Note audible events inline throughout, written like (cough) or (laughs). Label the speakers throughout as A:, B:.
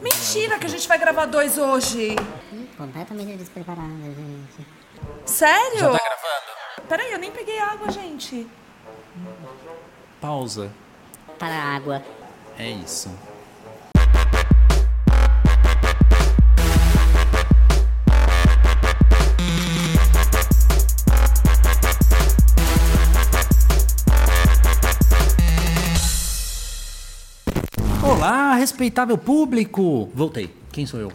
A: Mentira que a gente vai gravar dois hoje.
B: Hum, Completamente despreparada, gente.
A: Sério?
C: Já tá gravando?
A: Peraí, eu nem peguei água, gente.
C: Pausa.
B: Para a água.
C: É isso. Olá, respeitável público! Voltei. Quem sou eu?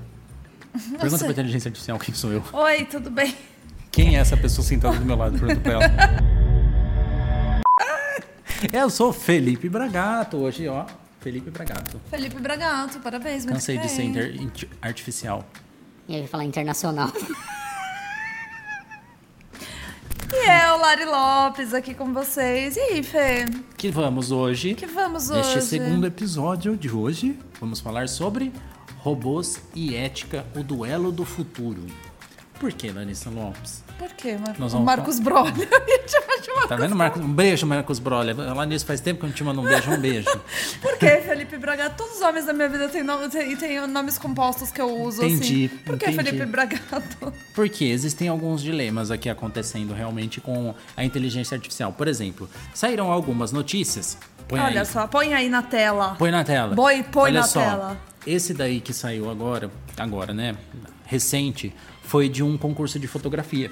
C: Pergunta
A: sei.
C: pra inteligência artificial quem sou eu.
A: Oi, tudo bem? (laughs)
C: Quem é essa pessoa sentada do meu lado? Pergunta pra ela. Eu sou Felipe Bragato hoje, ó. Felipe Bragato.
A: Felipe Bragato, parabéns, muito
C: Cansei de ser
A: bem.
C: inter- inti- artificial.
B: E eu ia falar internacional. (laughs)
A: E eu, Lari Lopes, aqui com vocês. E aí, Fê?
C: Que vamos hoje.
A: Que vamos
C: Neste
A: hoje?
C: segundo episódio de hoje, vamos falar sobre robôs e ética, o duelo do futuro. Por que, Larissa Lopes?
A: Por quê? Mar-
C: Nós
A: o
C: vamos
A: Marcos (laughs) Brolha. Ele chama de Marcos
C: Tá vendo, Marcos? Um beijo, Marcos Broly. Lá nisso faz tempo que eu não te mando um beijo, um beijo.
A: Por que Felipe Bragato? Todos os homens da minha vida têm, nome, têm, têm nomes compostos que eu uso,
C: Entendi,
A: assim. Por que
C: entendi.
A: Felipe Bragato?
C: Porque existem alguns dilemas aqui acontecendo realmente com a inteligência artificial. Por exemplo, saíram algumas notícias. Põe
A: Olha
C: aí.
A: só, põe aí na tela.
C: Põe na tela.
A: Põe- põe
C: Olha
A: na
C: só,
A: tela.
C: Esse daí que saiu agora, agora, né? Recente, foi de um concurso de fotografia.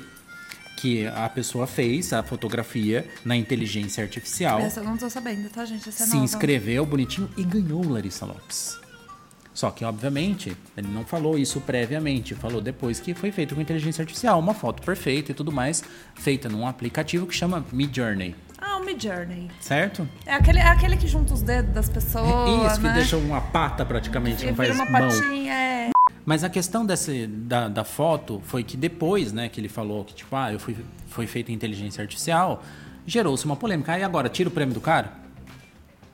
C: Que a pessoa fez a fotografia na inteligência artificial,
A: Essa eu não tô sabendo, tá, gente? Essa é
C: se
A: nova.
C: inscreveu bonitinho e ganhou Larissa Lopes. Só que, obviamente, ele não falou isso previamente, falou depois que foi feito com inteligência artificial, uma foto perfeita e tudo mais, feita num aplicativo que chama Me Journey,
A: Ah, o Mid Journey.
C: certo?
A: É aquele, é aquele que junta os dedos das pessoas.
C: É isso, que
A: né?
C: deixa uma pata praticamente,
A: E
C: não faz
A: vira uma
C: mão. Tipo,
A: patinha. É.
C: Mas a questão desse, da, da foto foi que depois, né, que ele falou que, tipo, ah, eu fui, foi feita inteligência artificial, gerou-se uma polêmica. Aí agora, tira o prêmio do cara?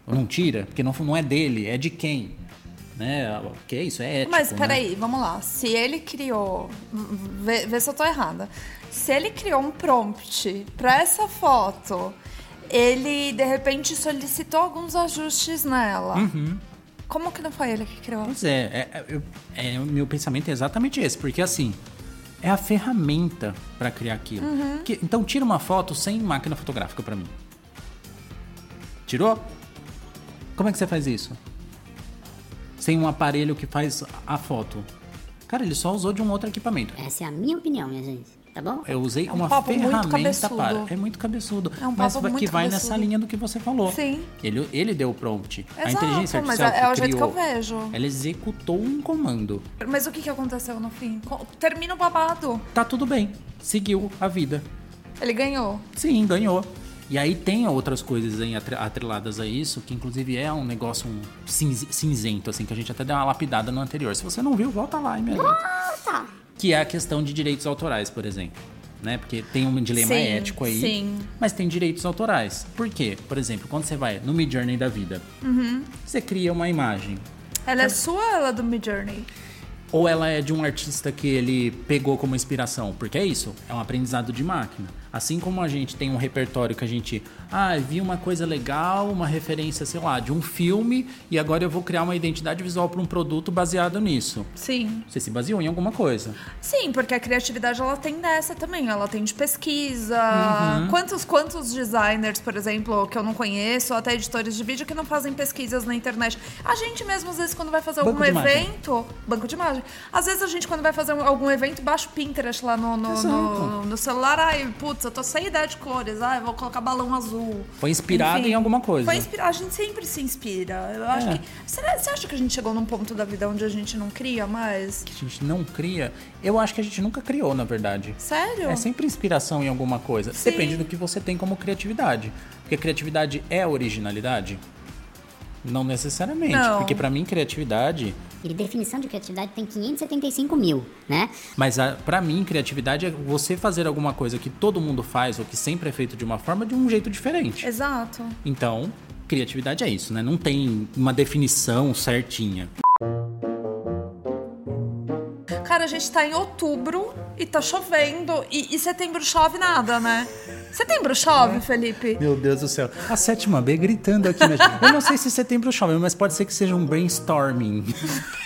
C: Ou não tira? Porque não, não é dele, é de quem? Né? Que isso, é ético,
A: Mas
C: né?
A: peraí, vamos lá. Se ele criou. Vê, vê se eu tô errada. Se ele criou um prompt pra essa foto, ele de repente solicitou alguns ajustes nela.
C: Uhum.
A: Como que não foi ele que criou?
C: Pois é, é, é, eu- é, o meu pensamento é exatamente esse, porque assim, é a ferramenta para criar aquilo.
A: Uhum.
C: Que- então tira uma foto sem máquina fotográfica para mim. Tirou? Como é que você faz isso? Sem um aparelho que faz a foto. Cara, ele só usou de um outro equipamento.
B: Essa é a minha opinião, minha gente. Tá bom?
C: Eu usei
A: É um
C: uma
A: papo muito
C: ferramenta
A: cabeçudo.
C: para. É muito cabeçudo.
A: É um
C: mas
A: papo
C: vai- que
A: muito
C: vai
A: cabeçudo.
C: nessa linha do que você falou.
A: Sim.
C: Ele, ele deu o prompt. a
A: Exato,
C: inteligência
A: mas
C: artificial
A: é- é o
C: que
A: jeito que
C: criou,
A: eu vejo.
C: Ela executou um comando.
A: Mas o que, que aconteceu no fim? Co- Termina o babado.
C: Tá tudo bem. Seguiu a vida.
A: Ele ganhou.
C: Sim, ganhou. E aí tem outras coisas aí atre- atreladas a isso, que inclusive é um negócio um cinz- cinzento, assim, que a gente até deu uma lapidada no anterior. Se você não viu, volta lá, hein, minha gente.
B: Ah, tá.
C: Que é a questão de direitos autorais, por exemplo. Né? Porque tem um dilema
A: Sim,
C: ético aí.
A: sim.
C: Mas tem direitos autorais. Por quê? Por exemplo, quando você vai no Midjourney da vida,
A: Uhum.
C: você cria uma imagem.
A: Ela
C: Tá.
A: é sua ou ela é do Mid Journey?
C: Ou ela é de um artista que ele pegou como inspiração? Porque é isso, é um aprendizado de máquina. Assim como a gente tem um repertório que a gente, ah, vi uma coisa legal, uma referência, sei lá, de um filme, e agora eu vou criar uma identidade visual para um produto baseado nisso.
A: Sim.
C: Você se baseou em alguma coisa.
A: Sim, porque a criatividade ela tem dessa também, ela tem de pesquisa.
C: Uhum.
A: Quantos quantos designers, por exemplo, que eu não conheço, ou até editores de vídeo que não fazem pesquisas na internet. A gente mesmo às vezes quando vai fazer
C: Banco
A: algum
C: de imagem.
A: evento, banco de imagem. Às vezes a gente quando vai fazer um- algum evento baixa o Pinterest lá no no,
C: Exato.
A: no, no celular, ai, putz, eu tô sem ideia de cores, ai, vou colocar balão azul.
C: Foi inspirado
A: Enfim,
C: em alguma coisa.
A: Foi inspirado, a gente sempre se inspira. Eu acho
C: É.
A: que será, você acha que a gente chegou num ponto da vida onde a gente não cria mais?
C: Que a gente não cria. Eu acho que a gente nunca criou, na verdade.
A: Sério?
C: É sempre inspiração em alguma coisa.
A: Sim.
C: Depende do que você tem como criatividade. Porque criatividade é originalidade? Não necessariamente.
A: Não.
C: Porque pra mim, criatividade.
B: E definição de criatividade tem 575 mil, né?
C: Mas a- pra mim, criatividade é você fazer alguma coisa que todo mundo faz ou que sempre é feito de uma forma de um jeito diferente.
A: Exato.
C: Então, criatividade é isso, né? Não tem uma definição certinha.
A: Cara, a gente tá em outubro e tá chovendo. E, e setembro chove nada, né? Setembro chove, Felipe?
C: Meu Deus do céu. A sétima B gritando aqui. Né? Eu não sei se setembro chove, mas pode ser que seja um brainstorming. (laughs)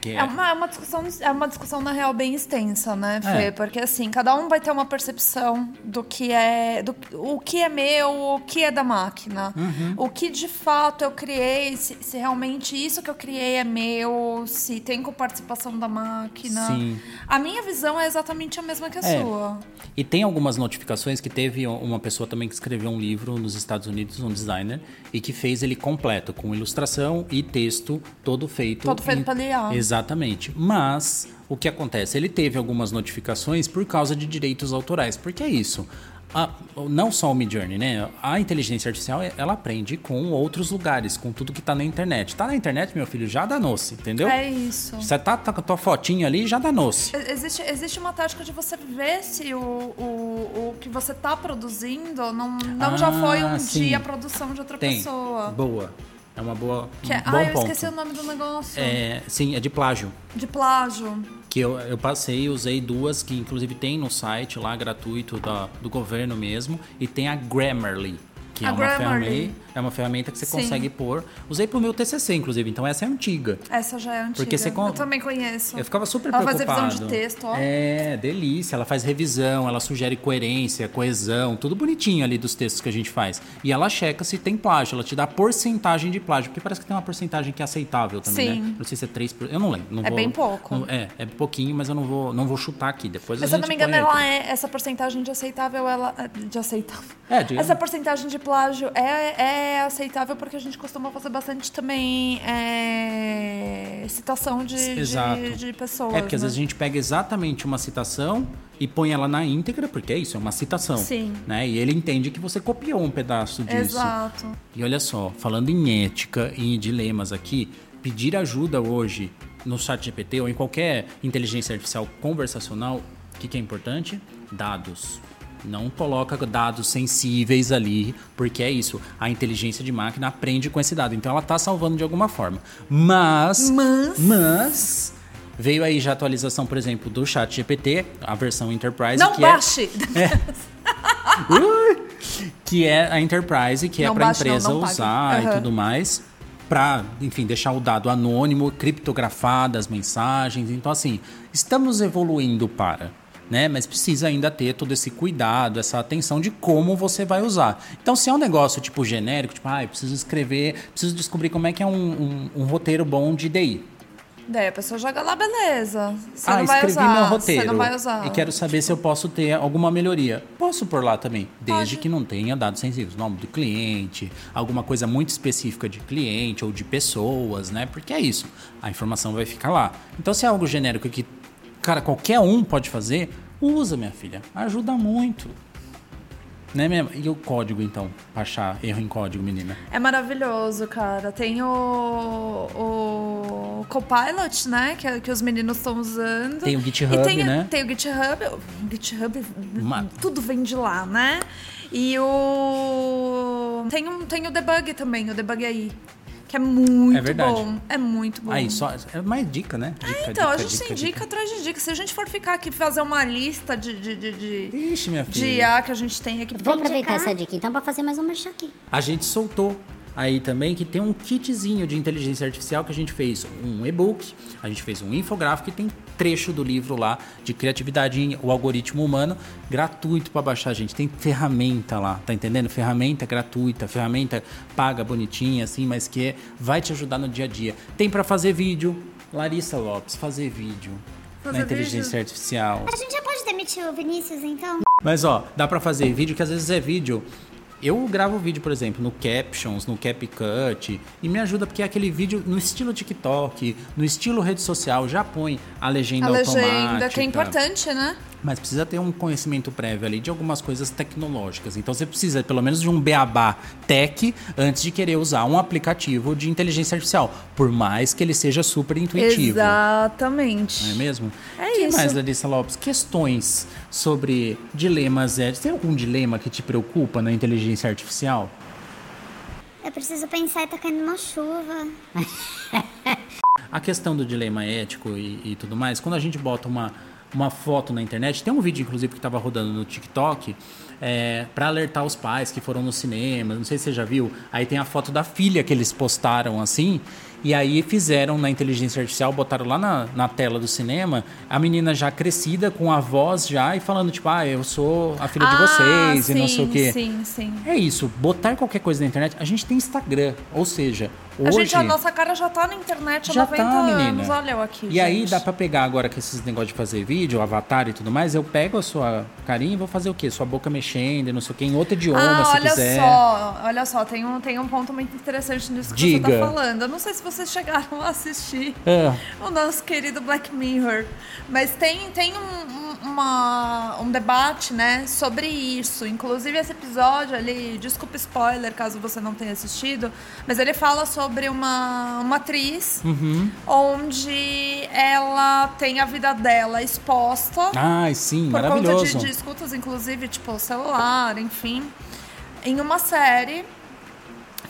C: Que
A: É uma, é uma discussão, é uma discussão, na real, bem extensa, né, Fê?
C: É.
A: Porque assim, cada um vai ter uma percepção do que é. Do, o que é meu, o que é da máquina.
C: Uhum.
A: O que de fato eu criei, se, se realmente isso que eu criei é meu, se tem coparticipação da máquina.
C: Sim.
A: A minha visão é exatamente a mesma que a
C: É.
A: sua.
C: E tem algumas notificações que teve um, uma pessoa também que escreveu um livro nos Estados Unidos, um designer, e que fez ele completo, com ilustração e texto todo feito.
A: Todo feito
C: em-
A: pela IA.
C: Exatamente. Mas o que acontece? Ele teve algumas notificações por causa de direitos autorais. Porque é isso. A- não só o Midjourney, né? A inteligência artificial, é, ela aprende com outros lugares, com tudo que tá na internet. Tá na internet, meu filho, já danou-se, entendeu?
A: É isso.
C: Você tá, tá com a tua fotinha ali, já danou-se.
A: E- Existe, existe uma tática de você ver se o, o, o que você tá produzindo não, não já
C: Ah,
A: foi um
C: sim.
A: dia a produção de outra
C: Tem.
A: pessoa.
C: Boa. É uma boa.
A: Que é,
C: um bom
A: ah, eu
C: ponto.
A: esqueci o nome do negócio.
C: É, sim, é de plágio.
A: De plágio.
C: Que eu, eu passei, usei duas, que inclusive tem no site lá, gratuito da- do governo mesmo. E tem a Grammarly, que
A: A
C: é, uma
A: Grammarly.
C: ferramenta, é uma ferramenta que você
A: Sim.
C: consegue pôr. Usei pro meu TCC, inclusive, então essa é antiga.
A: Essa já é antiga.
C: Porque você con-
A: Eu também conheço.
C: Eu ficava super
A: Ela faz
C: preocupado.
A: revisão de texto, ó.
C: É, delícia. Ela faz revisão, ela sugere coerência, coesão, tudo bonitinho ali dos textos que a gente faz. E ela checa se tem plágio, ela te dá a porcentagem de plágio, porque parece que tem uma porcentagem que é aceitável também,
A: Sim.
C: né? Não sei se é 3%, eu não lembro. não
A: É
C: vou-
A: bem pouco.
C: não- é, é pouquinho, mas eu não vou, não vou chutar aqui. Depois
A: Mas, se
C: a
A: eu
C: gente
A: não me engano,
C: põe aqui.
A: ela é. Essa porcentagem de aceitável, ela. eh, De aceitável.
C: É, de-
A: Essa porcentagem de plágio é, é aceitável porque a gente costuma fazer bastante também é, citação de, de-
C: Exato.
A: de pessoas.
C: É porque às
A: né?
C: vezes a gente pega exatamente uma citação e põe ela na íntegra, porque é isso, é uma citação.
A: Sim.
C: Né? E ele entende que você copiou um pedaço disso.
A: Exato.
C: E olha só, falando em ética e em dilemas aqui, pedir ajuda hoje no chat GPT ou em qualquer inteligência artificial conversacional, o que, que é importante? Dados. Não coloca dados sensíveis ali, porque é isso. A inteligência de máquina aprende com esse dado. Então ela tá salvando de alguma forma. Mas.
A: Mas-
C: mas veio aí já a atualização, por exemplo, do chat GPT, a versão Enterprise.
A: Não
C: que é-
A: baixe!
C: que é a Enterprise, que é
A: Não
C: para a
A: baixa, não,
C: empresa
A: não paga.
C: usar e
A: Aham.
C: tudo mais, para, enfim, deixar o dado anônimo, criptografar as mensagens. Então, assim, estamos evoluindo para. Né? Mas precisa ainda ter todo esse cuidado, essa atenção de como você vai usar. Então, se é um negócio tipo genérico, tipo, ah, eu preciso escrever, preciso descobrir como é que é um, um- um roteiro bom de DI.
A: Daí a pessoa joga lá, beleza. Você
C: ah,
A: não vai
C: escrevi
A: usar.
C: meu roteiro.
A: Você não vai usar.
C: E quero saber se eu posso ter alguma melhoria. Posso por lá também, desde que não tenha dados sensíveis. Nome do cliente, alguma coisa muito específica de cliente ou de pessoas, né? Porque é isso. A informação vai ficar lá. Então, se é algo genérico que, cara, qualquer um pode fazer, usa, minha filha. Ajuda muito. Né mesmo? E o código, então? Pra achar erro em código, menina.
A: É maravilhoso, cara. Tem o, o Copilot, né? Que, que os meninos estão usando.
C: Tem o GitHub,
A: E tem,
C: né?
A: Tem o GitHub. O GitHub,
C: Uma-
A: tudo vem de lá, né? E o... Tem, um, tem o Debug também, o Debug aí. Que é muito
C: É verdade.
A: bom. É muito bom.
C: Aí, só. É mais dica, né? Dica,
A: Então,
C: dica,
A: a gente
C: dica,
A: tem dica,
C: dica.
A: atrás de dica. Se a gente for ficar aqui fazer uma lista de, de, de, de,
C: Ixi, minha filha.
A: de IA que a gente tem aqui.
B: Vou
A: pra indicar.
B: aproveitar essa dica então pra fazer mais um merchan aqui.
C: A gente soltou aí também que tem um kitzinho de inteligência artificial que a gente fez um e-book, a gente fez um infográfico e tem trecho do livro lá de criatividade em o algoritmo humano gratuito para baixar, gente. Tem ferramenta lá, tá entendendo? Ferramenta gratuita, ferramenta paga bonitinha assim, mas que é- vai te ajudar no dia a dia. Tem para fazer vídeo, Larissa Lopes, fazer vídeo
A: Fazer
C: na inteligência
A: vídeo?
C: artificial.
D: A gente já pode demitir o Vinícius, então?
C: Mas ó, dá pra fazer vídeo que às vezes é vídeo. Eu gravo vídeo, por exemplo, no Captions, no CapCut, e me ajuda porque é aquele vídeo no estilo TikTok, no estilo rede social, já põe a legenda
A: A legenda,
C: automática.
A: que é importante, né?
C: Mas precisa ter um conhecimento prévio ali de algumas coisas tecnológicas. Então você precisa pelo menos de um beabá tech antes de querer usar um aplicativo de inteligência artificial, por mais que ele seja super intuitivo.
A: Exatamente.
C: Não é mesmo?
A: É
C: O que
A: isso.
C: mais, Larissa Lopes? Questões sobre dilemas éticos. Tem algum dilema que te preocupa na inteligência artificial?
D: Eu preciso pensar e tá caindo uma chuva.
C: A questão do dilema ético e, e tudo mais, quando a gente bota uma, uma foto na internet, tem um vídeo, inclusive, que estava rodando no TikTok, é, para alertar os pais que foram no cinema, não sei se você já viu, aí tem a foto da filha que eles postaram assim, E aí fizeram na inteligência artificial, botaram lá na, na tela do cinema, a menina já crescida, com a voz já, e falando, tipo, ah, eu sou a filha de
A: Ah,
C: vocês e não sei o
A: sim,
C: quê.
A: Sim, sim.
C: É isso, botar qualquer coisa na internet. A gente tem Instagram, ou seja, hoje
A: a gente, é a nossa cara já tá na internet há
C: já
A: 90
C: tá, menina.
A: anos. Olha eu aqui.
C: e
A: gente.
C: aí dá pra pegar agora que esses negócios de fazer vídeo, avatar e tudo mais, eu pego a sua carinha e vou fazer o quê? Sua boca mexendo, e não sei o quê, em outro idioma,
A: Ah,
C: se
A: olha
C: quiser.
A: só, olha só, tem um, tem um ponto muito interessante nisso que você
C: Diga.
A: tá falando. Eu não sei se vocês chegaram a assistir
C: Ah.
A: o nosso querido Black Mirror, mas tem, tem um, um- uma- um debate, né, sobre isso. Inclusive esse episódio, ele, desculpa spoiler caso você não tenha assistido, mas ele fala sobre uma, uma atriz onde ela tem a vida dela exposta
C: Ai, sim,
A: por conta de,
C: Ah, maravilhoso.
A: de escutas, inclusive, tipo, celular, enfim. Em uma série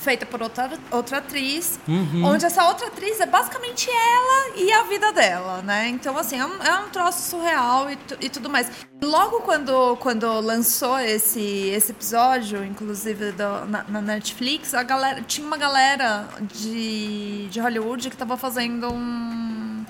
A: feita por outra, outra atriz,
C: Uhum.
A: onde essa outra atriz é basicamente ela e a vida dela, né? Então, assim, é um, é um troço surreal e, tu- e tudo mais. Logo quando, quando lançou esse, esse episódio, inclusive do- na, na Netflix, a galera, tinha uma galera de, de Hollywood que tava fazendo um.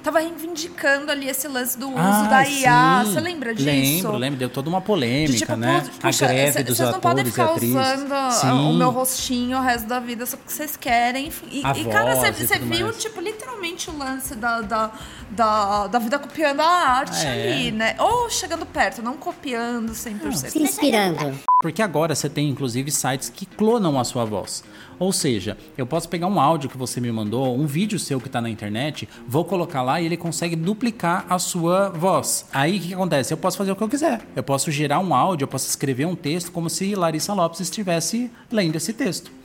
A: Tava reivindicando ali esse lance do uso
C: Ah,
A: da IA.
C: sim.
A: Você lembra disso?
C: Lembro, lembro. Deu toda uma polêmica,
A: De, tipo,
C: né?
A: putz,
C: a
A: puxa,
C: greve
A: cê-
C: dos
A: vocês
C: atores
A: não podem ficar
C: e atrizes.
A: usando a-
C: Sim.
A: o meu rostinho o resto da vida só porque vocês querem. enfim. E,
C: A
A: e, cara,
C: voz
A: você
C: e
A: você
C: tudo
A: viu,
C: mais.
A: tipo, literalmente o lance da, da, da, da vida copiando a arte
C: É.
A: ali, né? Ou chegando perto, não copiando 100%.
C: Ah,
B: Se inspirando.
C: Porque agora você tem, inclusive, sites que clonam a sua voz. Ou seja, eu posso pegar um áudio que você me mandou, um vídeo seu que tá na internet, vou colocar lá e ele consegue duplicar a sua voz. Aí o que que acontece? Eu posso fazer o que eu quiser. Eu posso gerar um áudio, eu posso escrever um texto como se Larissa Lopes estivesse lendo esse texto.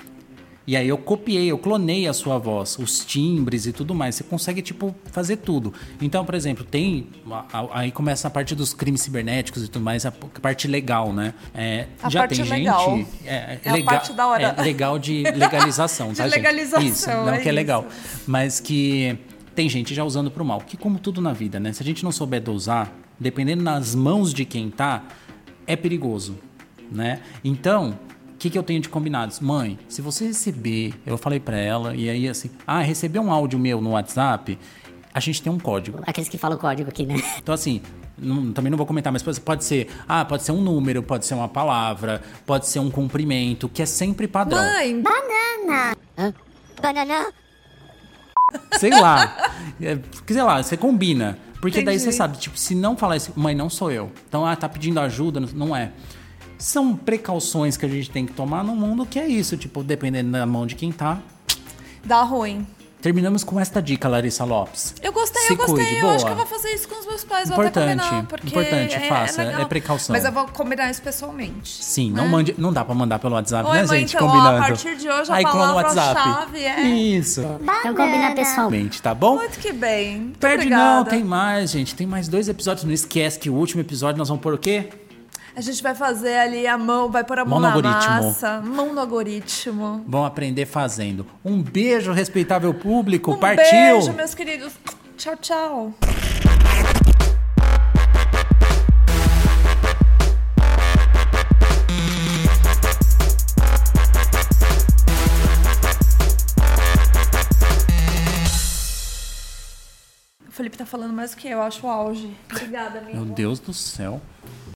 C: E aí eu copiei, eu clonei a sua voz, os timbres e tudo mais. Você consegue, tipo, fazer tudo. Então, por exemplo, tem. a- a- Aí começa a parte dos crimes cibernéticos e tudo mais, a p- parte legal, né? É,
A: A
C: já
A: parte
C: tem
A: legal.
C: gente. É,
A: É a parte da hora.
C: é, legal de legalização,
A: (laughs) De
C: tá, gente?
A: legalização,
C: Isso, não
A: é
C: que é legal.
A: isso.
C: Mas que tem gente já usando pro mal. Que como tudo na vida, né? Se a gente não souber dosar, dependendo nas mãos de quem tá, é perigoso, né? Então, o que, que eu tenho de combinados? Mãe, se você receber, eu falei pra ela, e aí assim, ah, recebeu um áudio meu no WhatsApp, a gente tem um código.
B: Aqueles que falam o código aqui, né?
C: Então, assim, não- também não vou comentar, mas pode- pode ser, ah, pode ser um número, pode ser uma palavra, pode ser um cumprimento, que é sempre padrão.
A: Mãe,
C: Então.
B: Bananã.
C: Sei lá. É, sei lá, você combina. Porque daí
A: Entendi.
C: você sabe, tipo, se não falar isso, mãe, não sou eu. Então, ah, tá pedindo ajuda, não- não é. São precauções que a gente tem que tomar no mundo que é isso, tipo, dependendo da mão de quem tá.
A: dá ruim.
C: Terminamos com esta dica, Larissa Lopes.
A: Eu gostei,
C: Se
A: eu gostei.
C: cuide,
A: eu
C: boa.
A: acho que eu vou fazer isso com os meus pais. vou
C: Importante,
A: até combinar, porque
C: importante,
A: é,
C: faça,
A: É, legal.
C: é precaução.
A: Mas eu vou combinar isso pessoalmente. Né?
C: Sim, não mande, não dá pra mandar pelo WhatsApp,
A: Oi,
C: né,
A: mãe,
C: gente?
A: então, ó,
C: Combinando.
A: a partir de hoje a
C: Aí cola no WhatsApp.
A: palavra-chave é-
C: Isso.
B: Então combina pessoalmente.
C: Gente, tá bom?
A: Muito que bem. Muito
C: Perde
A: obrigada.
C: não, tem mais, gente. Tem mais dois episódios. Não esquece que o último episódio nós vamos pôr o quê?
A: A gente vai fazer ali a mão, vai pôr a
C: Mão
A: mão,
C: no
A: na
C: algoritmo.
A: massa. Mão no algoritmo.
C: Vão aprender fazendo. Um beijo, respeitável público.
A: Um
C: Partiu!
A: beijo, meus queridos. Tchau, tchau. O Felipe tá falando mais do que eu, acho o auge. Obrigada, amigo.
C: Meu Deus do céu.